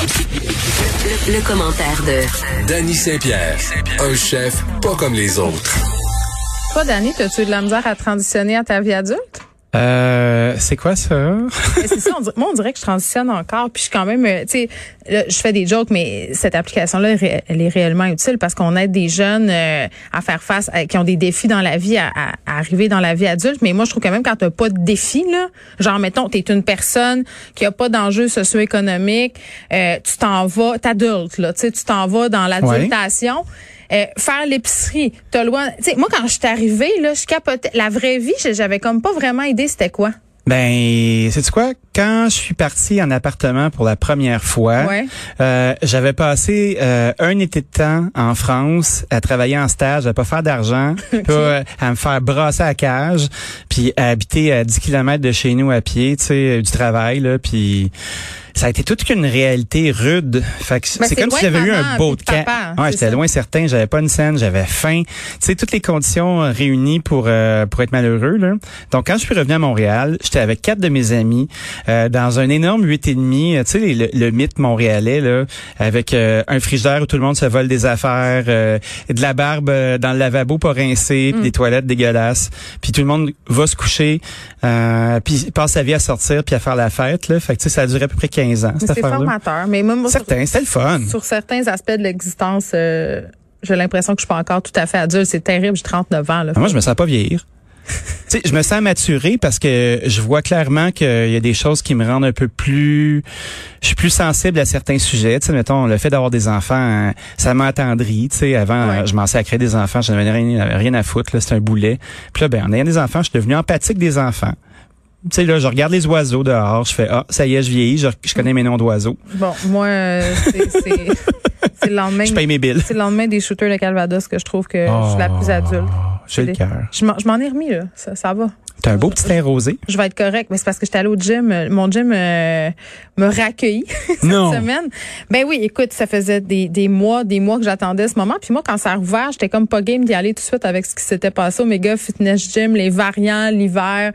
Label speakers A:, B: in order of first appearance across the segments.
A: Le, le commentaire de
B: Danny Saint-Pierre, un chef pas comme les autres.
C: Toi, Danny, as-tu eu de la misère à transitionner à ta vie adulte?
D: Euh, c'est quoi ça?
C: Mais c'est ça, on dirait, moi, on dirait que je transitionne encore, puis je suis quand même, euh, tu sais, là, je fais des jokes, mais cette application-là, elle est réellement utile parce qu'on aide des jeunes euh, à faire face, à- qui ont des défis dans la vie, à, à- à arriver dans la vie adulte. Mais moi, je trouve quand même quand t'as pas de défi, là, genre, mettons, t'es une personne qui a pas d'enjeux socio-économiques, euh, tu t'en vas, t'adultes, là, tu sais, tu t'en vas dans l'adultation. Euh, faire l'épicerie, t'as loin. Tu sais, moi quand je suis arrivée là, je capotais. La vraie vie, j'avais comme pas vraiment idée c'était quoi.
D: Ben, c'est quoi? Quand je suis parti en appartement pour la première fois,
C: Ouais.
D: euh, j'avais passé euh, un été de temps en France à travailler en stage, à pas faire d'argent, puis, euh, à me faire brasser à cage, puis à habiter à 10 km de chez nous à pied, tu sais, euh, du travail, là, puis... Ça a été toute qu'une réalité rude. Fait que
C: Ben, c'est
D: c'est comme
C: loin
D: si j'avais
C: de
D: eu
C: maman,
D: un beau de
C: puis de papa, c'est
D: Ouais,
C: ça.
D: j'étais loin certain, j'avais pas une scène, j'avais faim. Tu sais, toutes les conditions euh, réunies pour euh, pour être malheureux. Là. Donc, quand je suis revenu à Montréal, j'étais avec quatre de mes amis euh, dans un énorme huit et demi. euh, Tu sais, les- le, le mythe montréalais là, avec euh, un frigidaire où tout le monde se vole des affaires, euh, et de la barbe euh, dans le lavabo pas rincée,
C: Mm.
D: puis des toilettes dégueulasses. Puis tout le monde va se coucher, euh, puis passe sa vie à sortir, puis à faire la fête. Là. Fait que tu sais, ça a duré à peu près 15 ans cette
C: C'est
D: affaire-là.
C: formateur, mais moi, moi, sur,
D: Certain, c'était le fun.
C: sur certains aspects de l'existence, euh, j'ai l'impression que je suis pas encore tout à fait adulte. C'est terrible, j'ai 39 ans. Là.
D: Ah, Moi, je me sens pas vieillir. Tu sais, je me sens maturé parce que je vois clairement qu'il y a des choses qui me rendent un peu plus... Je suis plus sensible à certains sujets. Tu sais, mettons, le fait d'avoir des enfants, hein, ça m'attendrit. Tu sais, avant,
C: Ouais.
D: euh, je m'en sacrais des enfants. Je n'avais rien, rien à foutre. là, C'était un boulet. Puis là, ben, en ayant des enfants, je suis devenu empathique des enfants. Tu sais, là, je regarde les oiseaux dehors. Je fais, ah, ça y est, je vieillis. Je, je connais mes noms d'oiseaux.
C: Bon, moi, euh, c'est- c'est c'est le lendemain.
D: Je paye mes billes.
C: C'est le lendemain des shooters de Calvados que je trouve que je suis la plus
D: Oh,
C: adulte.
D: J'ai le
C: Des-
D: cœur.
C: Je m'en je m'en ai remis, là. Ça, ça va.
D: T'as un beau petit teint rosé.
C: Je vais être correct, mais c'est parce que j'étais allée au gym. Euh, Mon gym euh, m'a réaccueilli cette
D: Non.
C: semaine. Ben oui, écoute, ça faisait des, des mois, des mois que j'attendais ce moment. Puis moi, quand ça a rouvert, j'étais comme pas game d'y aller tout de suite avec ce qui s'était passé au méga fitness gym, les variants, l'hiver.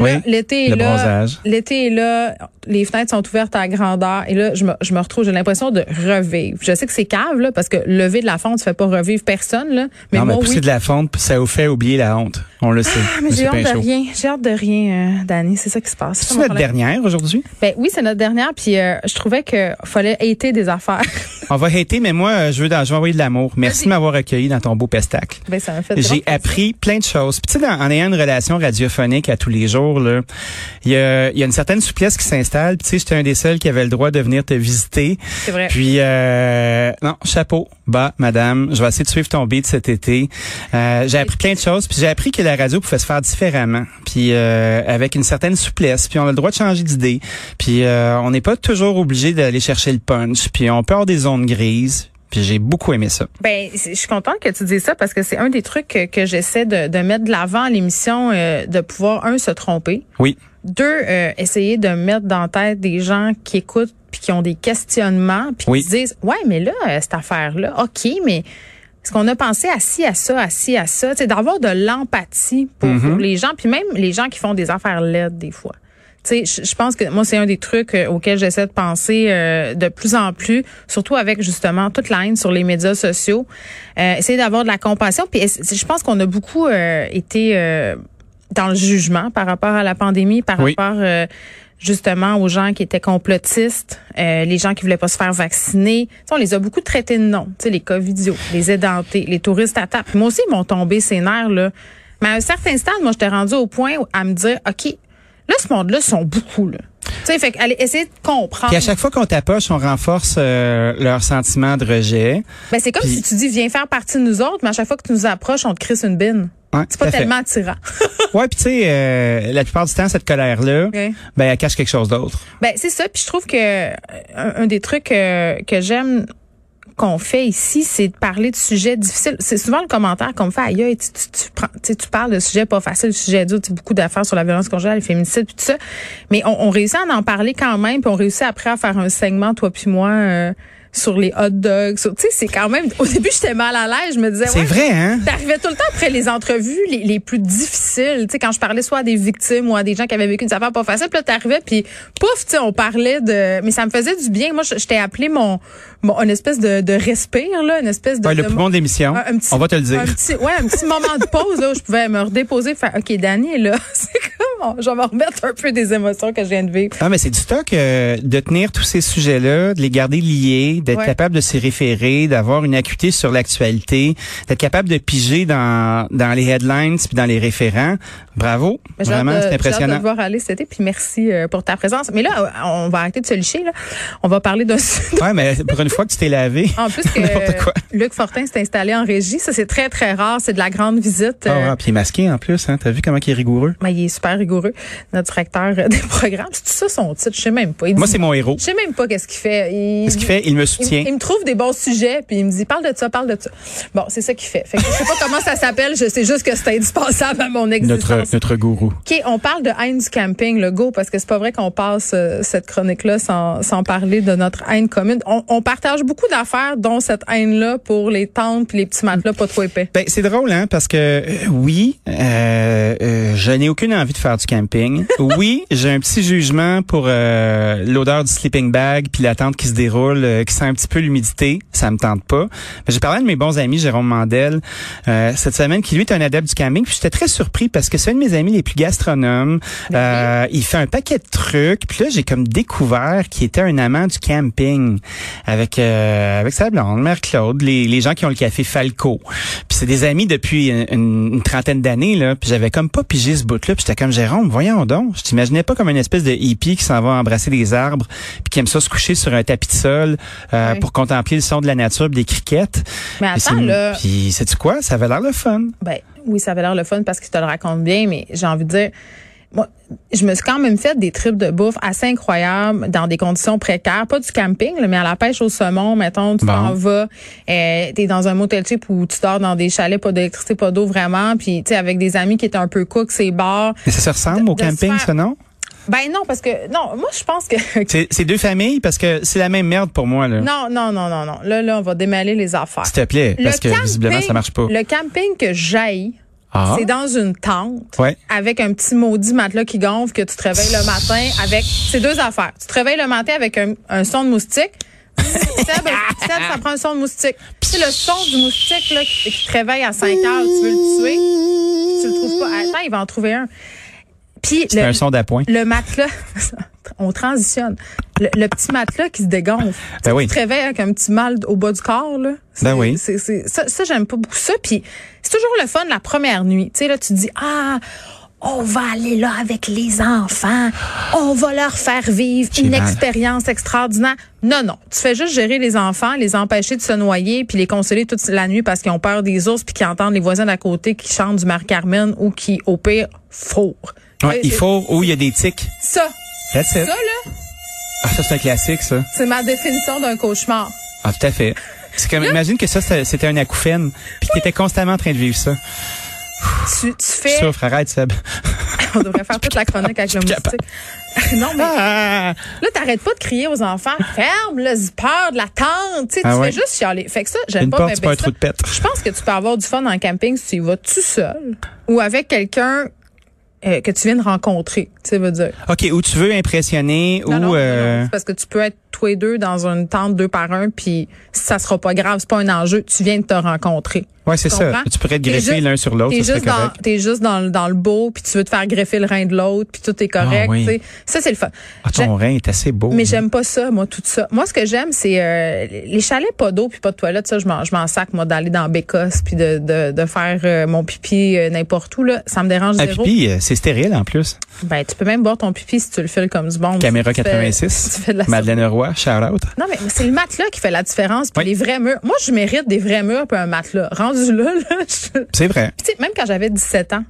C: Là,
D: Oui,
C: l'été est
D: le
C: là.
D: bronzage.
C: L'été est là, les fenêtres sont ouvertes à grandeur et là je me, je me retrouve, j'ai l'impression de revivre. Je sais que c'est cave là parce que lever de la fonte, tu fais pas revivre personne là, mais
D: non, mais
C: moi
D: pousser
C: oui.
D: de la fonte, puis ça vous fait oublier la honte. On le sait.
C: Ah, mais j'ai
D: Monsieur
C: hâte de
D: Pinchot.
C: rien, j'ai hâte de rien, euh, Dani, c'est ça qui se passe.
D: C'est
C: Ça, mon
D: notre
C: problème.
D: dernière aujourd'hui.
C: Ben oui, c'est notre dernière, puis euh, je trouvais que fallait hater des affaires.
D: On va hater, mais moi, euh, je veux, dans- je veux envoyer de l'amour. Merci de m'avoir accueilli dans ton beau pestacle.
C: ben ça m'a fait. drôle.
D: J'ai appris plein de choses. Puis tu sais, dans- en ayant une relation radiophonique à tous les jours, là, il y a, il y a une certaine souplesse qui s'installe. Puis tu sais, j'étais un des seuls qui avait le droit de venir te visiter.
C: C'est vrai.
D: Puis euh, non, chapeau, bas, madame. Je vais essayer de suivre ton beat cet été. Euh, j'ai appris plein de choses. Puis j'ai appris que la radio pouvait se faire différemment. Puis euh, avec une certaine souplesse. Puis on a le droit de changer d'idée. Puis euh, on n'est pas toujours obligé d'aller chercher le punch. Puis on peut avoir des zones grises. Puis j'ai beaucoup aimé ça.
C: Ben, c'est- je suis contente que tu dises ça parce que c'est un des trucs que, que j'essaie de, de mettre de l'avant à l'émission, euh, de pouvoir un se tromper,
D: Oui.
C: deux euh, essayer de mettre dans la tête des gens qui écoutent puis qui ont des questionnements puis
D: Oui.
C: qui se disent ouais mais là euh, cette affaire là, ok mais est-ce qu'on a pensé à ci, à ça, à ci, à ça, c'est d'avoir de l'empathie pour, pour les gens puis même les gens qui font des affaires laides des fois. Tu sais, je je pense que moi, c'est un des trucs euh, auxquels j'essaie de penser euh, de plus en plus, surtout avec justement toute la haine sur les médias sociaux. Euh, essayer d'avoir de la compassion. Puis es- je pense qu'on a beaucoup euh, été euh, dans le jugement par rapport à la pandémie, par
D: Oui.
C: rapport euh, justement aux gens qui étaient complotistes, euh, les gens qui voulaient pas se faire vacciner. Tu sais, on les a beaucoup traités de noms. Tu sais, les covidios, les édentés, les touristes à table. Puis moi aussi, ils m'ont tombé ces nerfs là. Mais à un certain stade, moi, j'étais rendue au point où- à me dire, OK, Là, ce monde-là, ils sont beaucoup, là. Tu sais, fait que, allez, essayez de comprendre.
D: Puis à chaque fois qu'on tapoche, on renforce euh, leur sentiment de rejet.
C: Ben, c'est comme
D: Puis-
C: si tu dis, viens faire partie de nous autres, mais à chaque fois que tu nous approches, on te crisse une bine.
D: Ouais,
C: C'est pas
D: tout à fait.
C: tellement attirant.
D: Ouais, puis tu sais, euh, la plupart du temps, cette colère-là,
C: Ouais.
D: ben elle cache quelque chose d'autre.
C: Ben c'est ça. Puis je trouve que euh, un, un des trucs euh, que j'aime qu'on fait ici, c'est de parler de sujets difficiles. C'est souvent le commentaire qu'on me fait ailleurs. Tu, tu, tu, prends- tu sais, tu parles de sujets pas faciles, de sujets durs, tu sais, beaucoup d'affaires sur la violence conjugale, le féminicide, puis tout ça. Mais on, on réussit à en parler quand même, puis on réussit après à faire un segment, toi puis moi, euh, sur les hot dogs. sur- Tu sais, c'est quand même. Au début, j'étais mal à l'aise. Je me disais.
D: C'est
C: ouais,
D: vrai, hein?
C: T'arrivais tout le temps après les entrevues les, les plus difficiles. Tu sais, quand je parlais soit à des victimes ou à des gens qui avaient vécu une affaire pas facile, puis là, t'arrivais, puis pouf, tu sais, on parlait de... Mais ça me faisait du bien. Moi, je, je t'ai appelé mon, mon... une espèce de, de respire, là, une espèce de...
D: Ouais, le
C: de-
D: poumon d'émission.
C: un- un petit-
D: On va te le dire.
C: Un petit, ouais, un petit moment de pause, là, où je pouvais me redéposer, faire, OK, Dani, là, c'est comme, on- je vais me remettre un peu des émotions que je viens de vivre.
D: Non, Ah, mais c'est du stock euh, de tenir tous ces sujets-là, de les garder liés, d'être
C: Ouais.
D: capable de s'y référer, d'avoir une acuité sur l'actualité, d'être capable de piger dans, dans les headlines puis dans les référents. Bravo.
C: Mais j'ai hâte
D: Vraiment,
C: de-
D: c'est
C: J'ai hâte
D: impressionnant.
C: de te voir aller cet été, puis merci euh, pour ta présence. Mais là, on va arrêter de se licher, là. On va parler d'un
D: Ouais, mais pour une fois que tu t'es lavé.
C: En plus que
D: N'importe quoi.
C: Luc Fortin s'est installé en régie, ça c'est très très rare, c'est de la grande visite.
D: Ah,
C: euh,
D: ouais, puis il est masqué en plus, hein. T'as vu comment il est rigoureux?
C: mais il est super rigoureux, notre directeur euh, des programmes. C'est ça son titre, je sais même pas. Il
D: Moi,
C: dit-
D: c'est mon héros.
C: Je sais même pas qu'est-ce qu'il fait. Il,
D: Qu'est-ce qu'il fait? Il me
C: il,
D: soutient.
C: il me trouve des bons sujets, puis il me dit parle de ça, parle de ça. Bon, c'est ça qu'il fait. fait que je sais pas comment ça s'appelle, je sais juste que c'est indispensable à mon existence.
D: Notre, notre gourou.
C: OK, on parle de haine du camping, le go, parce que c'est pas vrai qu'on passe euh, cette chronique-là sans, sans parler de notre haine commune. On, on partage beaucoup d'affaires, dont cette haine-là pour les tentes puis les petits matelas pas trop épais.
D: Ben, c'est drôle, hein, parce que euh, oui, euh, euh, je n'ai aucune envie de faire du camping. oui, j'ai un petit jugement pour euh, l'odeur du sleeping bag puis la tente qui se déroule, euh, qui sent un petit peu l'humidité. Ça me tente pas. Mais j'ai parlé de mes bons amis, Jérôme Mandel, euh, cette semaine, qui lui est un adepte du camping. Puis j'étais très surpris parce que c'est un de mes amis les plus gastronomes. Euh, il fait un paquet de trucs. Puis là, j'ai comme découvert qu'il était un amant du camping avec euh, avec sa blonde, mère Claude, les, les gens qui ont le café Falco. Puis c'est des amis depuis une, une- une trentaine d'années là, puis j'avais comme pas pigé ce bout là, puis j'étais comme Jérôme, voyons donc, je t'imaginais pas comme une espèce de hippie qui s'en va embrasser des arbres, puis qui aime ça se coucher sur un tapis de sol euh,
C: Ouais.
D: pour contempler le son de la nature, puis des criquettes.
C: Mais
D: Puis
C: attends,
D: c'est-
C: là.
D: Puis sais-tu quoi, ça avait l'air le fun.
C: Ben oui, ça avait l'air le fun parce qu'il te le raconte bien, mais j'ai envie de dire. Moi, je me suis quand même fait des trips de bouffe assez incroyables dans des conditions précaires, pas du camping, là, mais à la pêche au saumon, mettons, tu
D: Bon.
C: t'en vas, euh, t'es dans un motel cheap où tu dors dans des chalets, pas d'électricité, pas d'eau vraiment, puis tu sais avec des amis qui étaient un peu cooks, c'est bars.
D: Mais ça se ressemble
C: De-
D: au
C: de se
D: camping,
C: faire-
D: ça non
C: Ben non, parce que non, moi je pense que
D: C'est c'est deux familles parce que c'est la même merde pour moi là.
C: non, non, non, non, non. Là, là, on va démêler les affaires.
D: S'il te plaît,
C: Le
D: parce que visiblement ça marche pas.
C: Le camping que j'aille,
D: Ah.
C: c'est dans une tente
D: Ouais.
C: avec un petit maudit matelas qui gonfle que tu te réveilles le matin avec. C'est deux affaires. Tu te réveilles le matin avec un, un son de moustique. Seb, Seb, ça prend un son de moustique. C'est le son du moustique là, qui, qui te réveille à 5 heures. Tu veux le tuer? Tu le trouves pas. Attends, il va en trouver un. Puis
D: C'est
C: le-
D: un son d'appoint.
C: le matelas, on transitionne. Le, le petit matelas qui se dégonfle.
D: Ben oui.
C: Tu te réveilles hein, avec un petit mal au bas du corps, là. C'est-
D: Ben oui.
C: c'est- c'est- ça, ça, j'aime pas beaucoup ça. Puis c'est toujours le fun la première nuit. Tu sais, là, tu dis, ah, on va aller là avec les enfants. On va leur faire vivre
D: J'ai
C: une
D: mal.
C: expérience extraordinaire. Non, non. Tu fais juste gérer les enfants, les empêcher de se noyer, puis les consoler toute la nuit parce qu'ils ont peur des ours, puis qu'ils entendent les voisins d'à côté qui chantent du Marc-Carmen ou qui, au pire, fourrent. Tu
D: Ouais,
C: sais,
D: il
C: c'est-
D: faut où il y a des tics.
C: Ça,
D: That's it.
C: ça, là,
D: Ah, ça c'est un classique ça.
C: c'est ma définition d'un cauchemar.
D: Ah, tout à fait. C'est comme, imagine que ça, ça, c'était un acouphène, puis que t'étais constamment en train de vivre ça.
C: Tu, tu
D: Je
C: fais.
D: souffre, arrête, Seb.
C: On devrait faire toute la chronique avec le moustique. non, mais
D: Ah!
C: là, t'arrêtes pas de crier aux enfants. Ferme le zipper de la tente. Tu sais,
D: Ah
C: tu
D: ouais.
C: fais juste chialer. Fait que ça, j'aime
D: Une
C: pas
D: porte,
C: mais
D: c'est pas un trou de pète.
C: Je pense que tu peux avoir du fun en camping si tu y vas tout seul ou avec quelqu'un euh, que tu viens de rencontrer. Tu sais, veux dire.
D: OK, ou tu veux impressionner,
C: Non,
D: ou...
C: non, non,
D: euh,
C: non, c'est parce que tu peux être tous les deux dans une tente deux par un, puis ça sera pas grave, c'est pas un enjeu. Tu viens de te rencontrer.
D: Ouais, c'est
C: Tu
D: ça.
C: comprends?
D: Tu pourrais te
C: T'es
D: greffer
C: juste-
D: l'un sur l'autre,
C: T'es
D: ça
C: juste,
D: serait
C: dans,
D: correct.
C: t'es juste dans, le- dans le beau, puis tu veux te faire greffer le rein de l'autre, puis tout est correct.
D: Ah oui.
C: tu sais. Ça, c'est le fun.
D: Ah, ton rein est assez beau. hein.
C: Mais j'aime pas ça, moi, tout ça. Moi, ce que j'aime, c'est euh, les chalets pas d'eau puis pas de toilette. Ça, je m'en, je m'en sac, moi, d'aller dans Bécosse puis de, de, de faire euh, mon pipi euh, n'importe où. Là. Ça me dérange
D: Un
C: zéro.
D: pipi, euh, c'est stérile en plus.
C: Ben, tu peux même boire ton pipi si tu le files comme du bon.
D: Caméra
C: Tu fais- tu
D: 86,
C: fais de la
D: Madeleine Roy, shout-out.
C: non, mais c'est le matelas qui fait la différence. Puis
D: Oui.
C: les vrais murs. Moi, je mérite des vrais murs puis un matelas. Rendu là, là, je-
D: C'est vrai.
C: Puis, tu sais, même quand j'avais 17 ans,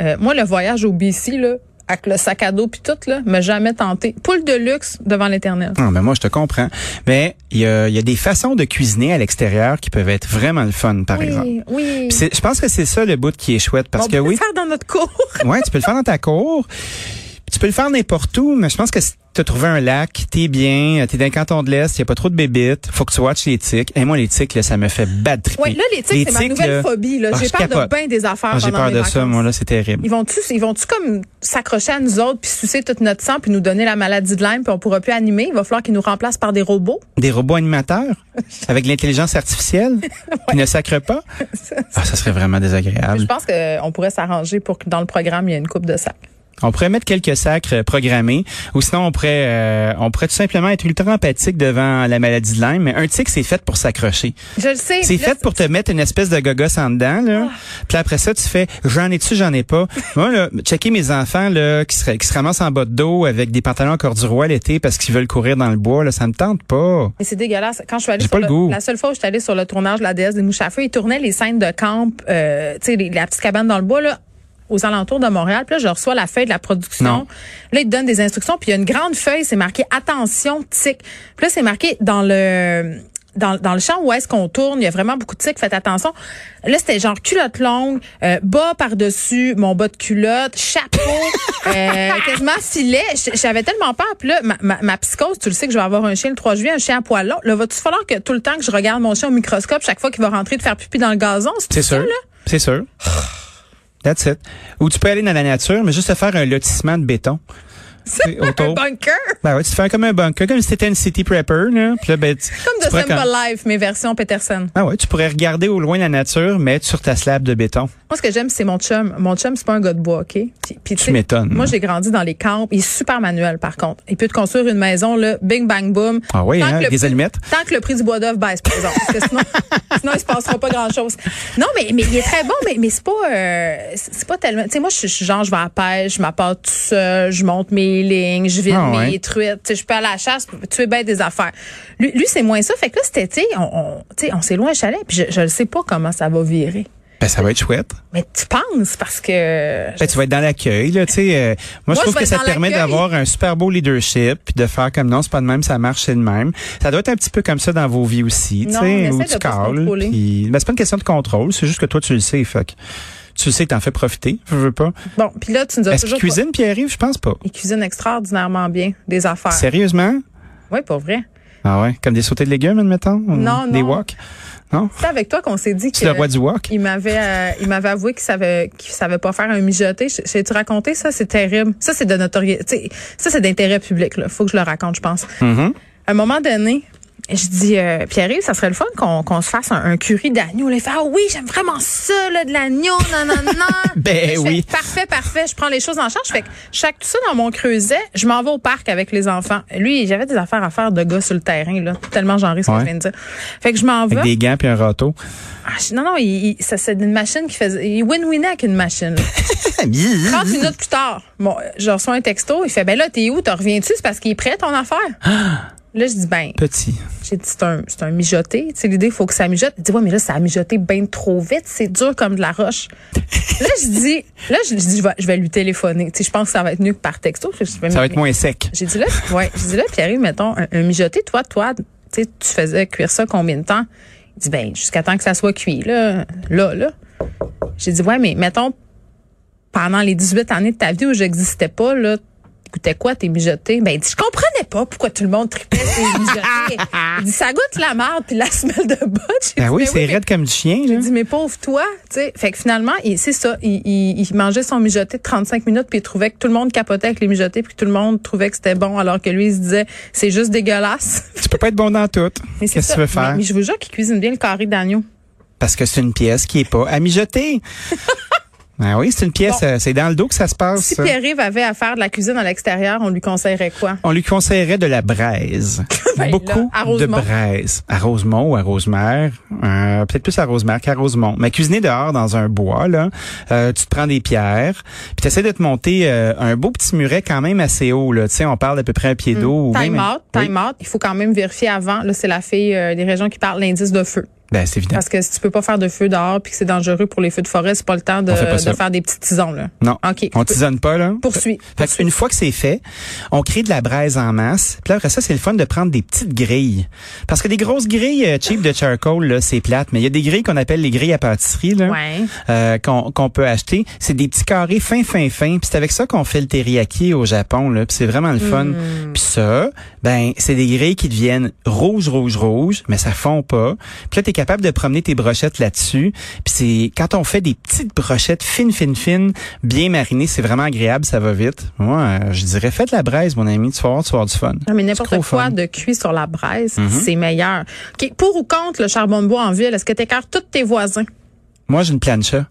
C: euh, moi, le voyage au BC, là, avec le sac à dos puis tout, là, m'a jamais tenté. Poule de luxe devant l'éternel.
D: Non, mais Ah, ben, moi, je te comprends. Mais il y a, il y a des façons de cuisiner à l'extérieur qui peuvent être vraiment le fun, par exemple.
C: Oui, oui.
D: Puis c'est- Je pense que c'est ça le bout qui est chouette, parce
C: On
D: que
C: peut le
D: oui,
C: faire dans notre cours.
D: Ouais, tu peux le faire dans ta cour. Puis tu peux le faire n'importe où, mais je pense que si t'as trouvé un lac, t'es bien, t'es dans le canton de l'Est, y a pas trop de bébites, faut que tu watches les tics. Et moi, les tics, là, ça me fait battre.
C: Oui, là, les tics, c'est ma nouvelle phobie. Là.
D: Ah,
C: j'ai
D: je
C: peur de
D: capote.
C: bien des affaires
D: Ah, j'ai
C: pendant mes
D: peur de ça,
C: vacances.
D: moi, là, c'est terrible.
C: Ils vont-tu, ils vont-tu comme s'accrocher à nous autres puis sucer tout notre sang puis nous donner la maladie de Lyme puis on pourra plus animer? Il va falloir qu'ils nous remplacent par des robots.
D: Des robots animateurs avec de l'intelligence artificielle qui ne sacrent pas. Ah, ça serait vraiment
C: Je
D: désagréable.
C: pense qu'on pourrait s'arranger pour que dans le programme, il y ait une coupe de sacs.
D: On pourrait mettre quelques sacres euh, programmés, ou sinon on pourrait, euh, on pourrait tout simplement être ultra empathique devant la maladie de Lyme. Mais un tic, c'est fait pour s'accrocher.
C: Je le sais.
D: C'est
C: Là, Ah.
D: fait pour te mettre une espèce de gogosse en dedans, là. Puis après ça, tu fais j'en ai-tu, j'en ai pas. Moi, là, checker mes enfants, là, qui, seraient- qui se ramassent en bas de dos avec des pantalons en corduroy l'été parce qu'ils veulent courir dans le bois, là, ça me tente pas.
C: Mais c'est dégueulasse. Quand je suis allée
D: J'ai
C: sur
D: pas le goût.
C: la seule fois où je suis allée sur le tournage de la déesse des mouches à feu, ils tournaient les scènes de camp, euh, tu sais, les- la petite cabane dans le bois, là aux alentours de Montréal. Puis là, je reçois la feuille de la production.
D: Non.
C: Là, ils te donnent des instructions. Puis il y a une grande feuille, c'est marqué « Attention, tic ». Puis là, c'est marqué dans le... Dans, dans le champ où est-ce qu'on tourne, il y a vraiment beaucoup de tics, faites attention. Là, c'était genre culotte longue, euh, bas par-dessus, mon bas de culotte, chapeau, euh, quasiment filet. J- J'avais tellement peur. Puis là, ma, ma- ma psychose, tu le sais que je vais avoir un chien le 3 juillet, un chien à poil long. Là, va-tu falloir que tout le temps que je regarde mon chien au microscope, chaque fois qu'il va rentrer de faire pipi dans le gazon,
D: C'est
C: c'est ça,
D: sûr.
C: là?
D: C'est sûr. That's it. Ou tu peux aller dans la nature, mais juste te faire un lotissement de béton. C'est
C: Un
D: autour.
C: bunker!
D: Ben ouais, tu te fais comme un bunker, comme si t'étais une city prepper, là. Puis là, ben, tu-
C: Comme
D: tu
C: de
D: pourrais
C: Simple
D: comme-
C: Life, mais version Peterson.
D: Ah ouais, tu pourrais regarder au loin la nature, mais être sur ta slab de béton.
C: Moi, ce que j'aime, c'est mon chum. Mon chum, c'est pas un gars de bois, OK? Puis, puis, tu sais,
D: m'étonnes.
C: Moi, j'ai grandi dans les camps. Il est super manuel, par contre. Il peut te construire une maison, là, bing, bang, boom.
D: Ah oui,
C: Tant
D: hein,
C: que le
D: avec des
C: prix-
D: allumettes.
C: Tant que le prix du bois d'œuf baisse, par exemple. Parce que sinon, sinon, il se passera pas grand-chose. Non, mais, mais il est très bon, mais, mais c'est pas, euh, c'est c'est pas tellement. Tu sais, moi, je suis- je suis genre, je vais à la pêche, je m'apporte tout seul, je monte mes lignes, je vide
D: Ah
C: mes
D: ouais.
C: truites. Tu sais, je peux aller à la chasse, tuer bête des affaires. Lui, lui, c'est moins ça. Fait que là, cet été, on, on, tu sais, on s'est loin un chalet, puis je, je le sais pas comment ça va virer.
D: Ben, ça va être chouette.
C: Mais tu penses parce que
D: Ben, tu vas être dans l'accueil, là, tu sais. euh,
C: Moi,
D: moi, je trouve
C: je vais
D: que
C: être
D: ça
C: dans
D: te permet
C: l'accueil.
D: d'avoir un super beau leadership, puis de faire comme non, c'est pas de même, ça marche, c'est de même. Ça doit être un petit peu comme ça dans vos vies aussi, tu
C: Non,
D: sais,
C: on
D: où
C: essaie de
D: tu
C: pas se
D: cales.
C: contrôler.
D: puis- Ben, c'est pas une question de contrôle, c'est juste que toi, tu le sais, fait que tu le sais, t'en fais profiter, je veux pas.
C: bon, puis là tu nous as
D: Est-ce qu'il
C: toujours
D: cuisine, Pierre-Yves? Je pense pas.
C: pas- il cuisine extraordinairement bien des affaires.
D: Sérieusement?
C: Oui, pour vrai.
D: Ah ouais, comme des sautés de légumes, admettons? ou
C: Non,
D: Des
C: non.
D: wok? Non?
C: C'est avec toi qu'on s'est dit que
D: C'est le roi du wok?
C: il m'avait euh, il m'avait avoué qu'il savait qu'il savait pas faire un mijoté. J'ai tu raconté ça, c'est terrible. Ça c'est de notoriété, tu sais, ça c'est d'intérêt public là, faut que je le raconte, je pense.
D: Mm-hmm.
C: À un moment donné, je dis, euh, Pierre-Yves, ça serait le fun qu'on qu'on se fasse un, un curry d'agneau. Là, il fait, ah oui, j'aime vraiment ça, là, de l'agneau, non, non, non.
D: Ben
C: Je fais,
D: oui.
C: parfait, parfait. Je prends les choses en charge. Fait que chaque tout ça dans mon creuset, je m'en vais au parc avec les enfants. Lui, j'avais des affaires à faire de gars sur le terrain, là. Tellement genré ce que
D: Ouais.
C: je viens de dire. Fait que je m'en vais.
D: Avec des gants puis un râteau.
C: Ah, je- non, non, il- il- ça, c'est une machine qui faisait, il win-winait avec une machine, là.
D: Ah,
C: 30 minutes plus tard, bon, je reçois un texto. Il fait, ben là, t'es où? T'en reviens-tu? C'est parce qu'il est prêt, ton affaire?
D: Ah!
C: Là, je dis, ben,
D: Petit.
C: j'ai dit, c'est un, c'est un mijoté. Tu sais, l'idée, il faut que ça mijote. Il dit, ouais, mais là, ça a mijoté bien trop vite. C'est dur comme de la roche. là, je dis, là, je, je dis, je vais, je vais lui téléphoner. Tu sais, je pense que ça va être mieux que par texto. Je dis, mais-
D: Ça va être
C: mais-
D: moins sec.
C: J'ai dit, là, ouais, j'ai dit, là, Pierre, mettons, un, un mijoté, toi, toi, tu sais, tu faisais cuire ça combien de temps? Il dit, ben, jusqu'à temps que ça soit cuit, là, là, là. J'ai dit, ouais, mais mettons, pendant les 18 années de ta vie où j'existais pas, là, goûtais quoi tes mijotés? Ben, il dit, je comprenais pas pourquoi tout le monde tripait tes mijotés. Il dit, ça goûte la merde puis la semelle de botte. J'ai
D: Ben
C: dit,
D: oui,
C: Ben
D: c'est
C: mais-
D: raide comme du chien, là.
C: Il dit, mais pauvre toi, tu sais. Fait que finalement, il- c'est ça. Il, il- il mangeait son mijoté de 35 minutes puis il trouvait que tout le monde capotait avec les mijotés puis que tout le monde trouvait que c'était bon alors que lui, il se disait, c'est juste dégueulasse.
D: Tu peux pas être bon dans tout.
C: Mais c'est
D: Qu'est-ce que
C: ça.
D: tu veux faire?
C: Mais, mais je vous jure qu'il cuisine bien le carré d'agneau.
D: Parce que c'est une pièce qui est pas à mijoter. ben oui, c'est une pièce,
C: Bon.
D: euh, c'est dans le dos que ça se passe.
C: Si
D: ça.
C: Pierre-Yves avait à faire de la cuisine à l'extérieur, on lui conseillerait quoi?
D: On lui conseillerait de la braise.
C: Ben là,
D: Beaucoup
C: à
D: de
C: Rosemont.
D: braise. À Rosemont ou à Rosemère. Euh, Peut-être plus à Rosemère qu'à Rosemont. Mais cuisiner dehors dans un bois, là, euh, tu te prends des pierres, puis tu essaies de te monter euh, un beau petit muret quand même assez haut. Là. Tu sais, on parle d'à peu près un pied d'eau. ou
C: Hmm. Time
D: même-
C: out, time out. Il faut quand même vérifier avant. Là, c'est la fille euh, des régions qui parle l'indice de feu.
D: Ben, c'est évident.
C: Parce que si tu peux pas faire de feu dehors puis que c'est dangereux pour les feux de forêt, c'est pas le temps de,
D: On fait pas ça.
C: de faire des petits tisons, là.
D: Non.
C: OK.
D: On tisonne pas, là.
C: Poursuis.
D: Fait qu'une fois que c'est fait, on crée de la braise en masse. Puis là, après ça, c'est le fun de prendre des petites grilles. Parce que des grosses grilles euh, cheap de charcoal, là, c'est plate. Mais il y a des grilles qu'on appelle les grilles à pâtisserie, là.
C: Ouais.
D: euh, qu'on qu'on peut acheter. C'est des petits carrés fins, fins, fins. Puis c'est avec ça qu'on fait le teriyaki au Japon, là. Puis c'est vraiment le fun.
C: Hmm.
D: Puis ça, ben, c'est des grilles qui deviennent rouges, rouges, rouges, mais ça fond pas. Puis là, t'es capable de promener tes brochettes là-dessus. Puis c'est, quand on fait des petites brochettes fines, fines, fines, bien marinées, c'est vraiment agréable, ça va vite. Moi, euh, je dirais, faites la braise, mon ami. Tu vas voir, tu vas avoir du fun.
C: Non, Ah, mais
D: C'est
C: n'importe
D: trop fun. Mm-hmm.
C: quoi de cuit sur la braise, c'est meilleur. OK. Pour ou contre le charbon de bois en ville, est-ce que t'écartes tous tes voisins?
D: Moi, j'ai une plancha.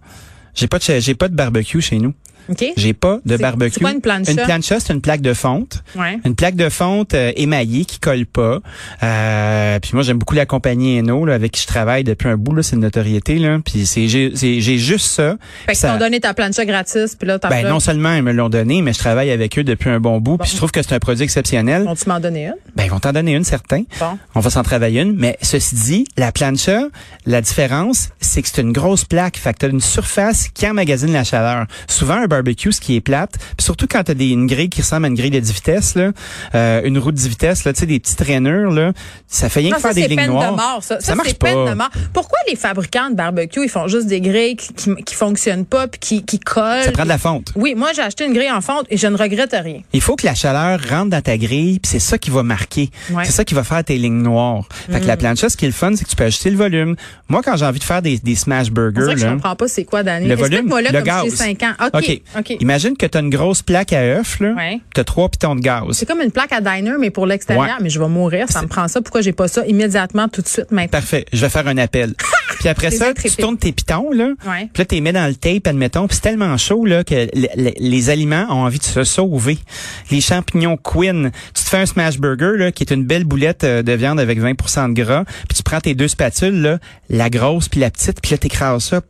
D: J'ai pas de, cha- j'ai pas de barbecue chez nous.
C: OK?
D: J'ai pas de
C: C'est-
D: barbecue.
C: c'est quoi une plancha?
D: Une plancha, c'est une plaque de fonte.
C: Ouais.
D: Une plaque de fonte euh, émaillée qui colle pas. Euh, puis moi, j'aime beaucoup la compagnie Eno, là, avec qui je travaille depuis un bout, là, c'est une notoriété, là. Puis c'est, j'ai, c'est- j'ai juste ça.
C: Fait que
D: Ça-
C: t'ont donné ta plancha gratis, puis là, t'as
D: ben, non seulement ils me l'ont donné, mais je travaille avec eux depuis un bon bout. Puis je trouve que c'est un produit exceptionnel.
C: tu m'en donné une?
D: Ben, ils vont t'en donner une, certain.
C: Bon.
D: On va s'en travailler une. Mais ceci dit, la plancha, la différence, c'est que c'est une grosse plaque. Fait que t'as une surface qui emmagasine la chaleur. Souvent, un barbecue, ce qui est plate, puis surtout quand t'as des, une grille qui ressemble à une grille de 10 vitesses, là, euh, une roue de 10 vitesses, là, tu sais, des petites rainures, là, ça fait rien
C: Non,
D: que faire
C: ça,
D: des
C: c'est
D: lignes
C: peine
D: noires.
C: de mort, ça. Ça,
D: marche
C: c'est peine
D: pas.
C: de mort. Pourquoi les fabricants de barbecue, ils font juste des grilles qui, qui, qui fonctionnent pas puis qui, qui collent?
D: Ça prend de la fonte.
C: Oui, moi, j'ai acheté une grille en fonte et je ne regrette rien.
D: Il faut que la chaleur rentre dans ta grille, puis c'est ça qui va marquer.
C: Ouais. Mm.
D: C'est ça qui va faire tes lignes noires. Fait que la plancha, ce qui est le fun, c'est que tu peux ajuster le volume. Moi, quand j'ai envie de faire des, des smash
C: On
D: burgers,
C: dirait que je
D: là,
C: comprends pas c'est quoi, Dani.
D: hein? Le volume,
C: Explique-moi là
D: le
C: comme
D: gaz.
C: si j'ai 5 ans. OK. OK.
D: Imagine que tu as une grosse plaque à œufs, là.
C: Ouais.
D: Tu as trois pitons de gaz.
C: C'est comme une plaque à diner, mais pour l'extérieur.
D: Ouais.
C: Mais je vais mourir, ça me prend ça. Pourquoi j'ai pas ça immédiatement, tout de suite, maintenant?
D: Parfait, je vais faire un appel. puis après
C: Les
D: ça, tu
C: intrépides.
D: tournes tes pitons, là.
C: Ouais.
D: Puis là, tu les mets dans le tape, admettons. Puis c'est tellement chaud, là, que le- le- les aliments ont envie de se sauver. Les champignons queen. Tu te fais un smash burger, là, qui est une belle boulette euh, de viande avec 20 de gras. Puis tu prends tes deux spatules, là, la grosse puis la petite. Puis là, t'écrases ça.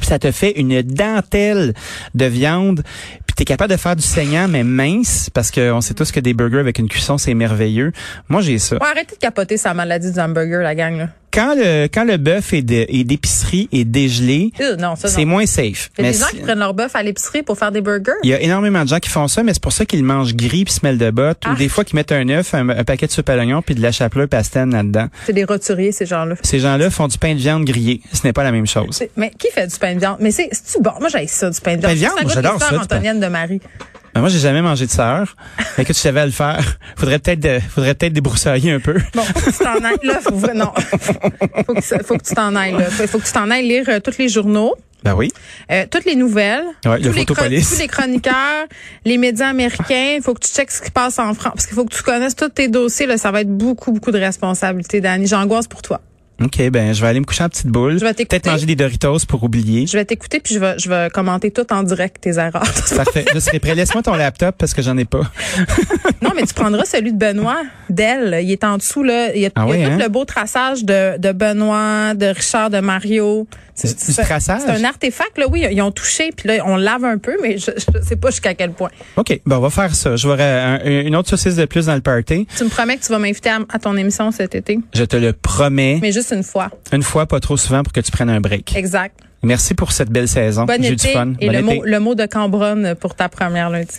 D: Puis ça te fait une dentelle de viande. Puis t'es capable de faire du saignant, mais mince, parce qu'on sait tous que des burgers avec une cuisson, c'est merveilleux. Moi, j'ai ça.
C: Ouais, arrêtez de capoter sa maladie du hamburger, la gang, là.
D: Quand le, quand le bœuf est de- est d'épicerie et dégelé,
C: Euh, non, ça,
D: c'est
C: non.
D: moins safe.
C: Il y a
D: Mais
C: des gens
D: si-
C: qui prennent leur bœuf à l'épicerie pour faire des burgers.
D: il y a énormément de gens qui font ça, mais c'est pour ça qu'ils le mangent gris puis se mêlent de bottes, ou
C: Ah.
D: des fois qu'ils mettent un œuf, un, un paquet de soupe à l'oignon puis de la chapelure pastène là-dedans.
C: C'est des roturiers, ces gens-là.
D: Ces gens-là font du pain de viande grillé. Ce n'est pas la même chose.
C: C'est- Mais qui fait du pain de viande? Mais c'est, c'est-tu bon? Moi, j'ai ça, du pain de viande.
D: Pain de viande,
C: Ça goûte
D: j'adore
C: l'histoire
D: ça, du pain.
C: Antonienne de Marie.
D: Mais Ben, moi, j'ai jamais mangé de sœur. Mais que tu savais à le faire. Faudrait peut-être, euh, faudrait peut-être débroussailler un peu.
C: Bon, faut que tu t'en ailles, là. Faut, non. Faut que, ça- faut que tu t'en ailles, là. Faut que tu t'en ailles lire euh, tous les journaux.
D: Ben oui.
C: Euh, toutes les nouvelles,
D: Ouais,
C: tous,
D: le
C: les
D: Photopolis.
C: chron- tous les chroniqueurs, les médias américains. Il faut que tu checkes ce qui passe en France parce qu'il faut que tu connaisses tous tes dossiers. Là, ça va être beaucoup, beaucoup de responsabilités, Dani. J'angoisse pour toi.
D: Ok, ben je vais aller me coucher en petite boule.
C: Je vais t'écouter.
D: peut-être manger des Doritos pour oublier.
C: Je vais t'écouter puis je vais, je vais commenter tout en direct tes erreurs.
D: Parfait. Je serai prêt. Laisse-moi ton laptop parce que j'en ai pas.
C: non, mais tu prendras celui de Benoît, d'elle. Il est en dessous là. Il y a,
D: Ah
C: il y a
D: ouais,
C: tout
D: hein?
C: le beau traçage de, de Benoît, de Richard, de Mario.
D: Du- du traçage?
C: C'est un artefact là. Oui, ils ont touché puis là on lave un peu, mais je, je sais pas jusqu'à quel point.
D: Ok, ben on va faire ça. Je vais euh, un- une autre saucisse de plus dans le party.
C: Tu me promets que tu vas m'inviter à- à ton émission cet été,
D: Je te le promets.
C: mais juste une fois.
D: Une fois, pas trop souvent, pour que tu prennes un break.
C: Exact.
D: Merci pour cette belle saison.
C: Bon
D: J'ai
C: été.
D: eu du fun.
C: Et
D: Bon
C: le,
D: été.
C: Mot, le mot de Cambronne pour ta première lundi.